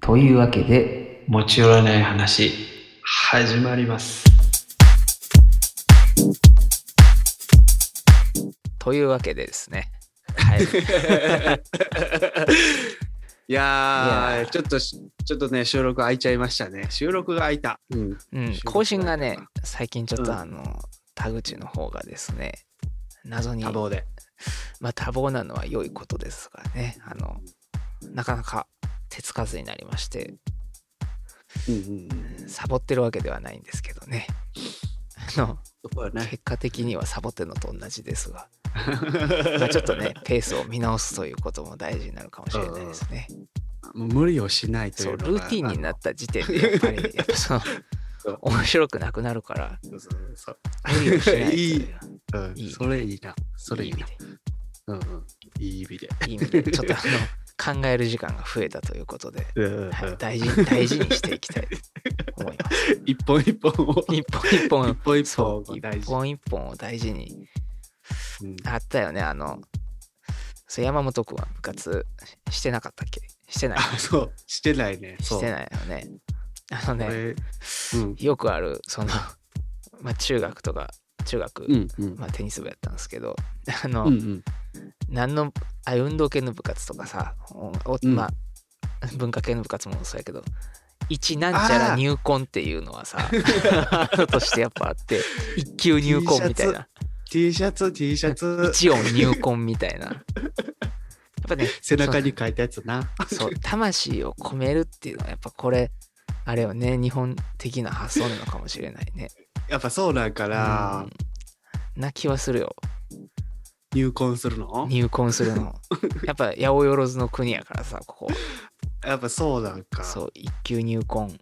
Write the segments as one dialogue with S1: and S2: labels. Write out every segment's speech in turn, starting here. S1: というわけで、
S2: 持ち寄らない話、始まります。
S1: というわけでですね。 はい。
S2: いやー
S1: いやー
S2: ちょっとし、ちょっとね、収録空いちゃいましたね。収録が空いた。うん。
S1: うん
S2: 収、録
S1: 更新がね
S2: だな、
S1: 最近ちょっ
S2: うん
S1: とあの、田口の方がですね、謎に、
S2: 多忙で。
S1: まあ多忙なのは良いことですがね、あの、なかなか手つかずになりまして、
S2: うんうんうん。
S1: サボってるわけではないんですけどね。あの、
S2: そこはね。
S1: 結果的にはサボってるのと同じですが、まあちょっと ね、ペースを見直すということも大事になるかもしれないですね。
S2: もう無理をしないとい
S1: そうう
S2: のが
S1: ルーティンになった時点でやっぱりやっぱ その
S2: そう
S1: 面白くなくなるから
S2: そうそうそう
S1: 無理をしないと
S2: い
S1: い
S2: いううん
S1: いい
S2: それいいな。それ
S1: い
S2: い
S1: い
S2: い
S1: 意味
S2: な
S1: で。
S2: うんうん。いい意味で。
S1: いい意味でちょっとあの考える時間が増えたということで、
S2: うんうんうん
S1: はい、大 事大事にしていきたいと思います。
S2: 一本一本を。
S1: 一本一本
S2: 一本一
S1: そ
S2: 本
S1: う
S2: が
S1: 一
S2: 大事。
S1: 本一本を大事に
S2: うん
S1: あったよねあのそう山本君は部活してなかったっけしてない
S2: あ、そう。してないね。 そう
S1: してないよね。あのね
S2: 俺うん。
S1: よくある その、まあ、中学とか中学、
S2: うんうん。
S1: まあ、テニス部やったんですけどあの、
S2: うんうん。
S1: 何のあ運動系の部活とかさおお
S2: うん
S1: まあ、 文化系の部活もそうやけど一なんちゃら入魂っていうのは さ としてやっぱあって一級入魂みたいな
S2: T シャツ、T シ ャツ、
S1: 一音入魂みたいなやっぱね
S2: 背中に書いたやつな。
S1: そう魂を込めるっていうのはやっぱこれあれよね日本的な発想なのかもしれないね。
S2: やっぱそうなんか
S1: う
S2: ら
S1: ん、な気はするよ
S2: 入魂するの
S1: 入魂するのやっぱ八百万の国やからさここ
S2: やっぱそうなんか。
S1: そう一級入魂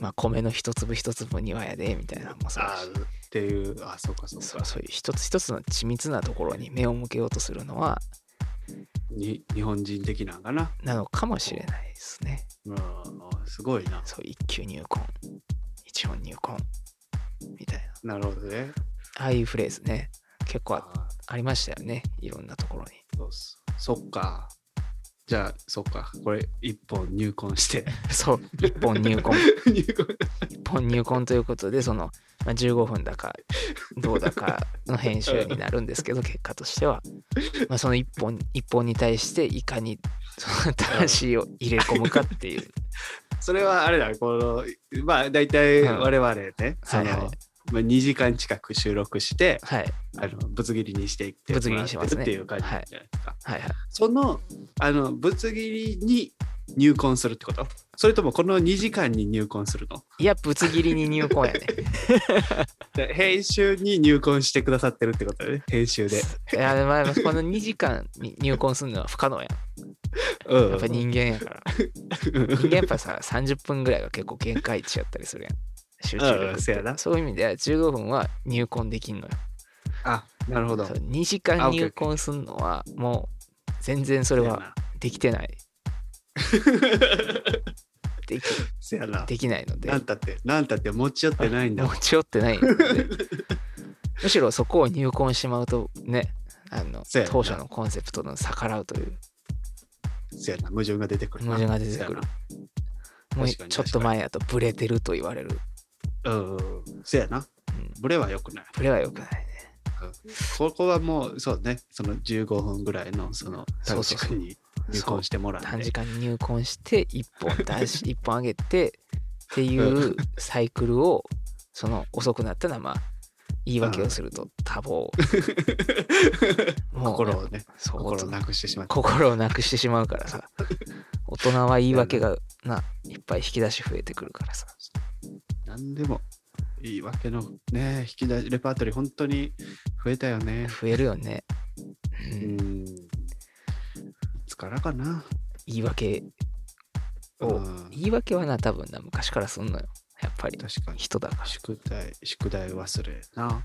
S1: まあ米の一粒一粒庭やでみたいなのもそうだ
S2: あ
S1: し
S2: ーっていう、あ、そうかそう
S1: そう
S2: か。
S1: そういう一つ一つの緻密なところに目を向けようとするのは
S2: に日本人的なんかな。
S1: なのかもしれないですね
S2: うん、すごいな。
S1: そう一級入魂一本入魂みたいな
S2: なるほどね。
S1: ああいうフレーズね結構あ
S2: あ
S1: ありましたよねいろんなところに
S2: そうっすそっか。じゃあ、そっか。これ、一本入 魂して。
S1: そう一本入魂
S2: 入魂
S1: 一本入魂ということでその、まあ、15分だかどうだかの編集になるんです けど結果としては、まあ、その一本一本に対していかにその魂を入れ込むかって いう
S2: それはあれだ、この、まあ、大体
S1: うん
S2: 我々ね、その、
S1: はいはい
S2: まあ、2時間近く収録して、
S1: はい
S2: あのぶつ切りにしていって
S1: ぶつ切りにしてますね
S2: もらってるっていう感じじゃないですか。
S1: はいはい
S2: そのあのぶつ切りに入魂するってことそれともこの2時間に入魂するの
S1: いやぶつ切りに入魂やね
S2: で編集に入魂してくださってるってことだよね編集 で。
S1: いやまあまあこの2時間に入魂するのは不可能やん
S2: うん
S1: や っぱ人間やから
S2: う
S1: 人
S2: ん
S1: 間やっぱさ30分ぐらいが結構限界値やったりするやん集中
S2: うんう
S1: 力
S2: ん
S1: っ
S2: せや
S1: て
S2: な
S1: そういう意味では15分は入魂できんのよ
S2: あなるほど。
S1: そう2時
S2: あ
S1: 間
S2: オッケー
S1: 入魂するのはもう全然それはできてないでき
S2: せやな。
S1: できないので
S2: なんたってなんたって持ち寄ってないんだもん
S1: 持ち寄ってないので むしろそこを入魂してしまうとねあの
S2: そうやな
S1: 当初のコンセプトの逆らうという
S2: せやな矛盾が出てくるな。
S1: 矛盾が出てくるもう
S2: 確かに
S1: ちょっと前やとブレてると言われる、
S2: せやな。うんうんせやな
S1: うん。
S2: ブレは良くない。
S1: ブレは良くないね
S2: ここはもうそうねその15分ぐらいのその
S1: そ
S2: 短
S1: うそうそう
S2: 時間に入魂してもらって。
S1: 短 時間に入魂して1本出し一本上げてっていうサイクルをその遅くなったらまあ言い訳をすると 多忙、もう
S2: 心をね
S1: そう
S2: 心をなくしてしまった。
S1: 心をなくしてしまうからさ大人は言い訳がないっぱい引き出し増えてくるからさ
S2: 何でも言い訳のね引き出しレパートリー本当に増えたよね。
S1: 増えるよね、う
S2: うんん。いつからかな。
S1: 言い訳
S2: う
S1: お
S2: ん
S1: 言い訳はな多分な昔からすんのよやっぱり
S2: 確かに。
S1: 人だから
S2: 宿題宿題忘れな。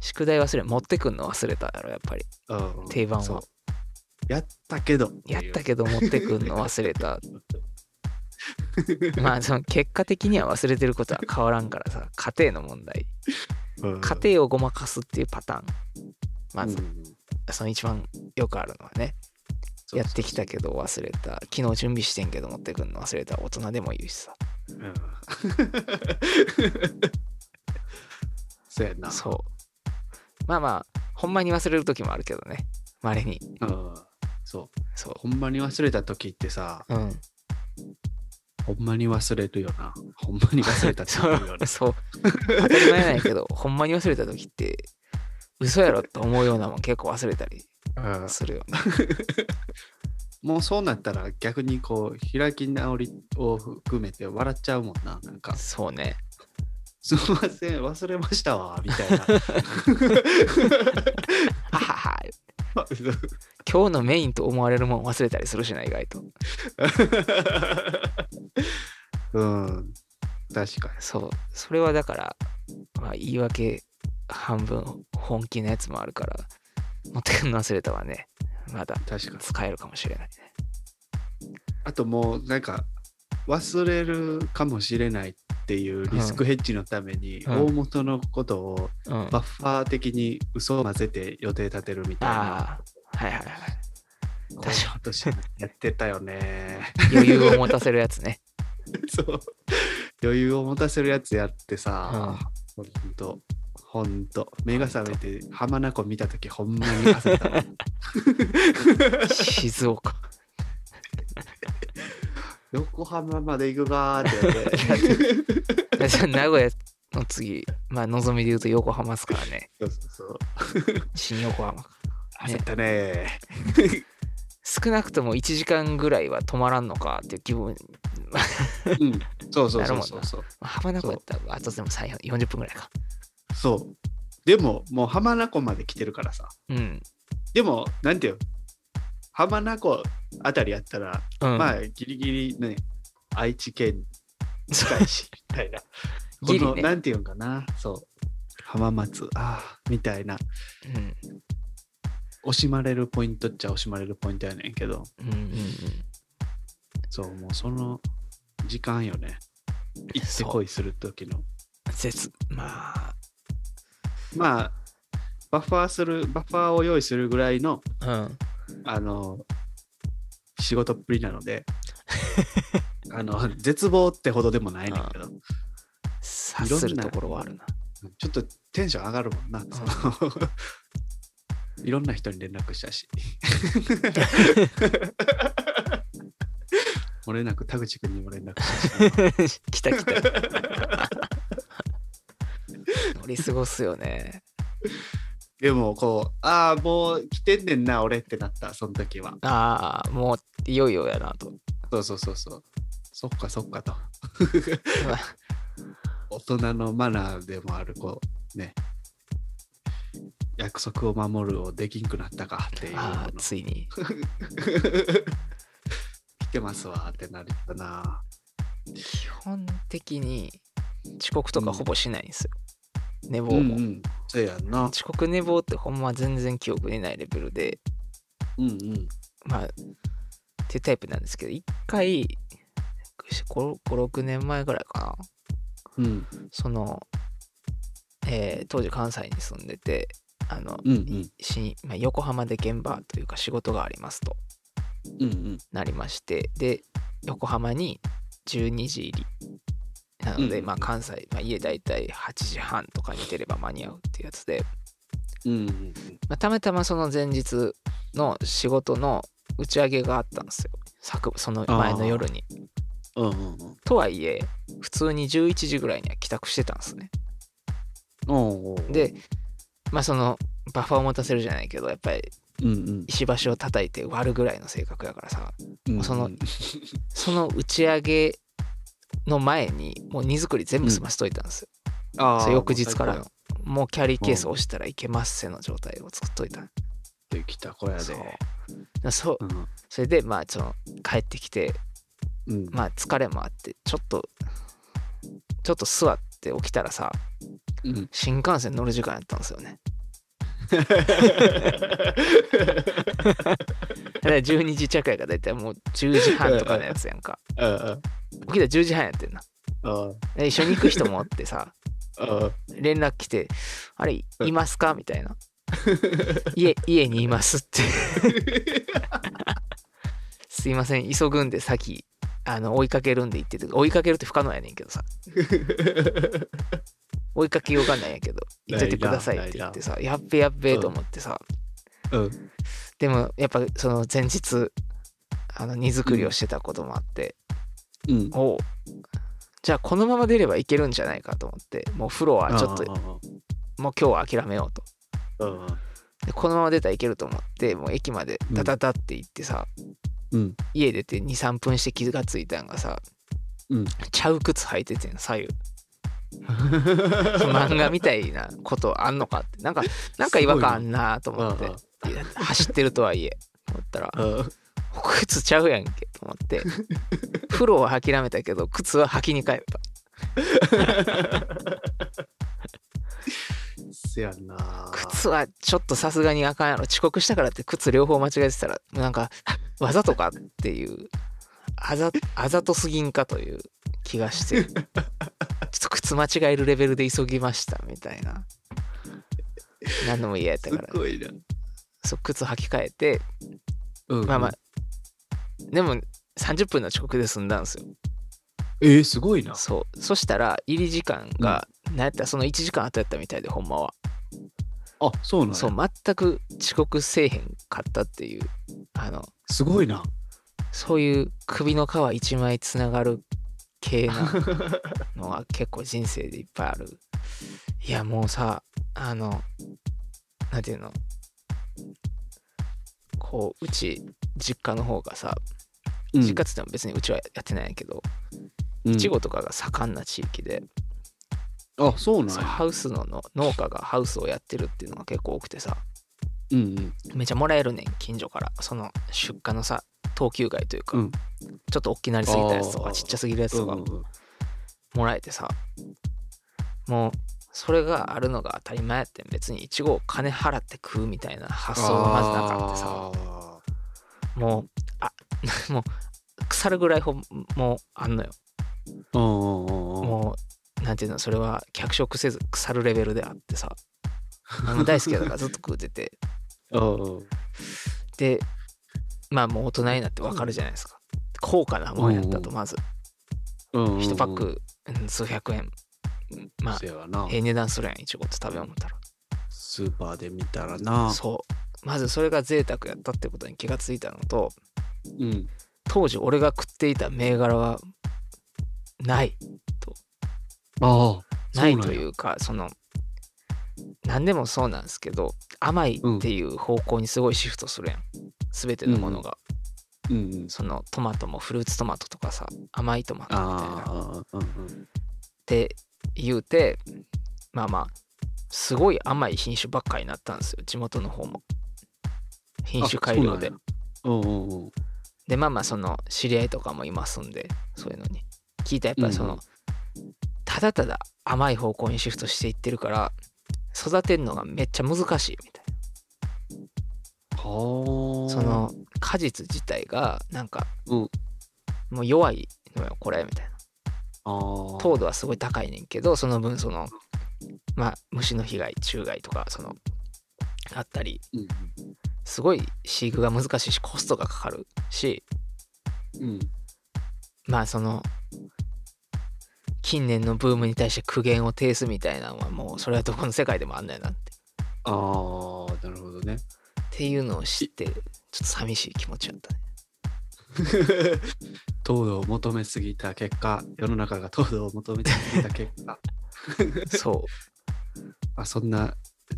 S1: 宿題忘れ持ってくんの忘れたやろやっぱり
S2: うん
S1: 定番を
S2: そうやったけど。
S1: やった けど持ってくんの忘れたまあその結果的には忘れてることは変わらんからさ家庭の問題
S2: ど
S1: 家庭をごまかすっていうパターンまず
S2: うん
S1: その一番よくあるのはね
S2: そう
S1: やってきたけど忘れた昨日準備してんけど持ってくんの忘れた大人でも言うしさ
S2: うん そうやんな
S1: そうまあまあほんまに忘れる時もあるけどねまれに
S2: うんそう
S1: そ
S2: ほんまに忘れた時ってさ
S1: ううん
S2: ほんまに忘れるよなほんまに忘れたって
S1: そ
S2: 言うよ
S1: う
S2: な
S1: そう当たり前なんやけど ほんまに忘れた時って嘘やろって思うようなもん結構忘れたり
S2: うん
S1: するよね
S2: もうそうなったら逆にこう開き直りを含めて笑っちゃうもんななんか
S1: そうね
S2: 「すいません忘れましたわ」みたいな
S1: は はは今日のメインと思われるもん忘れたりするしな意外と
S2: うん確か
S1: そうそれはだから、まあ、言い訳半分本気のやつもあるから持ってくるの忘れたわねまだ
S2: に確かに
S1: 使えるかもしれないね
S2: あともうなんか忘れるかもしれないっていうリスクヘッジのために
S1: うん
S2: 大元のことを
S1: うん
S2: バッファー的に嘘を混ぜて予定立てるみたいな
S1: ああはいはいはい
S2: こういうことしやってたよね
S1: 余裕を持たせるやつね
S2: そう余裕を持たせるやつやってさ、ほんとほんと目が覚めて浜名湖見た時ほんまに焦った わ
S1: 静岡
S2: 横浜まで行くかーって言って
S1: 名古屋の次まあ望みで言うと横浜っすからね
S2: そうそうそう
S1: 新横浜
S2: 焦ったね
S1: 少なくとも1時間ぐらいは止まらんのかっていう気分
S2: うんそうそうそうそうそう
S1: 浜名湖やったらあとでもさ40分ぐらいか
S2: そう。でも、もう浜名湖まで来てるからさ。
S1: うん、
S2: でも、なんていうの浜名湖あたりやったら、
S1: うん、
S2: まあ、ギリギリね、愛知県近 いし、みたいな。
S1: ギリね
S2: この、なんていうんかな、そう。浜松、ああ、みたいな。
S1: うん
S2: 惜しまれるポイントっちゃ惜しまれるポイントやねんけど、
S1: うんうんうん
S2: そう、もうその時間よね。行ってこいする時の。
S1: 絶まあ
S2: まあ、バッファーする、バッファーを用意するぐらいの
S1: うん、
S2: あの仕事っぷりなのであの絶望ってほどでもないねんけど
S1: 察するところはあるな。
S2: ちょっとテンション上がるもんな、その いろんな人に連絡したし漏れなく田口君にも連絡したし
S1: 来た来た。 乗り過ごすよね。
S2: でもこうああもう来てんねんな俺ってなったその時は
S1: ああ、もういよいよやなと。
S2: そうそうそうそうそっかそっかと 大人のマナーでもあるこうね約束を守るをできんくなったかっていうの
S1: ああ、ついに。
S2: 来てますわってなるかな
S1: 基本的に遅刻とかほぼしないんですよ。寝坊
S2: うん
S1: も。
S2: うんそうやんな
S1: 遅刻寝坊ってほんま全然記憶にないレベルで、
S2: うんうん
S1: まあ、っていうタイプなんですけど、一回、5、6年前ぐらいかな。
S2: うん
S1: その、えー当時関西に住んでてあの、
S2: うんうん
S1: しまあ、横浜で現場というか仕事がありますと
S2: うんうん
S1: なりましてで横浜に12時入りなので、
S2: うん
S1: まあ、関西、まあ、家大体8時半とかに出れば間に合うっていうやつで、
S2: うんうん
S1: まあ、たまたまその前日の仕事の打ち上げがあったんですよ昨その前の夜に。
S2: うんうんうん
S1: とはいえ普通に11時ぐらいには帰宅してたんですね。
S2: おうおう
S1: でまあそのバッファーを持たせるじゃないけどやっぱり
S2: うん
S1: 石橋を叩いて割るぐらいの性格やからさ
S2: うん
S1: その
S2: うん
S1: その打ち上げの前にもう荷造り全部済ませといたんですよ、
S2: あ
S1: そ
S2: ー
S1: う翌日から
S2: もう
S1: のもうキャリーケース押したらいけますせの状態を作っといた
S2: 最高できた子やで
S1: そうそう
S2: うん
S1: それでまあその帰ってきて
S2: うん
S1: まあ疲れもあってちょっとちょっと座って起きたらさ
S2: うん
S1: 新幹線乗る時間やったんですよねだから12時着やから大体もう10時半とかのやつやんか
S2: うんうん
S1: 起きたら10時半やってんな
S2: うん
S1: で一緒に行く人もおってさ
S2: うん
S1: 連絡来て「あれいますか?」みたいな「家家にいます」ってすいません急ぐんで先あの追いかけるんで言ってて追いかけるって不可能やねんけどさ追いかけようがないやけど言っといてくださいって言ってさやっべやっべと思ってさ、
S2: うん。
S1: でもやっぱその前日あの荷造りをしてたこともあって、
S2: うん。
S1: おうじゃあこのまま出ればいけるんじゃないかと思ってもう風呂はちょっともう今日は諦めようと
S2: うん。うん。
S1: でこのまま出たらいけると思ってもう駅までダダダって行ってさ、
S2: うん。
S1: 家出て23分して気がついたんがさ、
S2: うん
S1: ちゃう靴履いててん左右漫画みたいなことあんのかって なんかなんか違和感あんなと思って、いや走ってるとはいえ思ったら
S2: う
S1: 靴ちゃうやんけと思って 風呂は諦めたけど靴は履きに帰った
S2: ん。せやんな。
S1: 靴はちょっとさすがにあかんやろ遅刻したからって靴両方間違えてたらなんか わざとかっていうあざあざとすぎんかという気がしてちょっと靴間違えるレベルで急ぎましたみたいな何度も嫌やった
S2: す
S1: から
S2: ごいな。
S1: そう靴履き替えて
S2: うん
S1: まあまあでも30分の遅刻で済んだんですよ
S2: えー、すごいな。
S1: そうそしたら入り時間が、なんやったらその1時間後やったみたいでほんまは
S2: あ、そうなの、
S1: そう全く遅刻せえへんかったっていうあの
S2: すごいな。
S1: そういう首の皮一枚つながる系 なのは結構人生でいっぱいあるいやもうさあのなんていうのこううち実家の方がさ
S2: うん
S1: 実家っつっても別にうちはやってないんやけどいちごとかが盛んな地域で、
S2: うんあ、そうな
S1: そ
S2: の
S1: うハウスのの農家がハウスをやってるっていうのが結構多くてさ
S2: うんうん。
S1: めちゃもらえるねん近所からその出荷のさ等級外というか、
S2: うん
S1: ちょっと大きなりすぎたやつと
S2: あ
S1: か
S2: ー
S1: ちっちゃすぎるやつ
S2: う
S1: と
S2: ん
S1: か
S2: うん
S1: もらえてさ、もうそれがあるのが当たり前やってん別にいちごを金払って食うみたいな発想がまずなかったさ
S2: あ
S1: もうあ もう腐るぐらいほんもうあんのよ
S2: ーうんうんうんうん
S1: もうなんていうのそれは脚色せず腐るレベルであってさあの大好きや からずっと食うてて
S2: うんうん
S1: でまあもう大人になってわかるじゃないですか高価なもんやったと
S2: うん
S1: まず
S2: うんうん
S1: 1パックうん数百円まあ
S2: せやな
S1: ええ値段するやんいちごって食べ思ったら
S2: スーパーで見たらな
S1: そうまずそれが贅沢やったってことに気がついたのと
S2: うん
S1: 当時俺が食っていた銘柄はない
S2: ああ
S1: ないというかその何でもそうなんですけど甘いっていう方向にすごいシフトするやん全てのものが、
S2: うんうん
S1: そのトマトもフルーツトマトとかさ甘いトマトみたいな
S2: ああうんうん
S1: って言うてまあまあすごい甘い品種ばっかりになったんですよ地元の方も品種改良で
S2: あそうなんやうんうんうん
S1: でまあまあその知り合いとかもいますんでそういうのに聞いたらやっぱりその、
S2: うん
S1: ただただ甘い方向にシフトしていってるから育てるのがめっちゃ難しいみたい
S2: はあ
S1: なその果実自体がなんか、
S2: うん
S1: もう弱いのよこれみたいな
S2: ああ
S1: 糖度はすごい高いねんけどその分そのまあ虫の被害虫害とかそのあったり
S2: うん
S1: すごい飼育が難しいしコストがかかるし
S2: うん
S1: まあその近年のブームに対して苦言を呈すみたいなのはもうそれはどこの世界でもあんないなってっ
S2: ああなるほどね
S1: ていうのを知ってちょっと寂しい気持ちだったね
S2: 糖度を求めすぎた結果世の中が糖度を求めすぎた結 果
S1: そ
S2: あそんな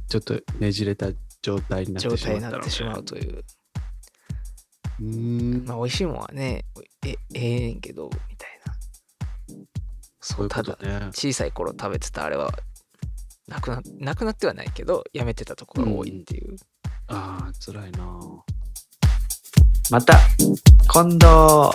S2: ちょっとねじれた状態に
S1: う
S2: なっ
S1: 状
S2: てしま
S1: 態
S2: っ
S1: にな
S2: たの
S1: ってしまうという
S2: うーん
S1: まあ美味しいもんはねえええねんけどみたいな
S2: そ
S1: そうただ
S2: ね。
S1: 小さい頃食べてたあれはなくななくなってはないけどやめてたとこが多いっていう、
S2: ああ、辛いな。また、今度。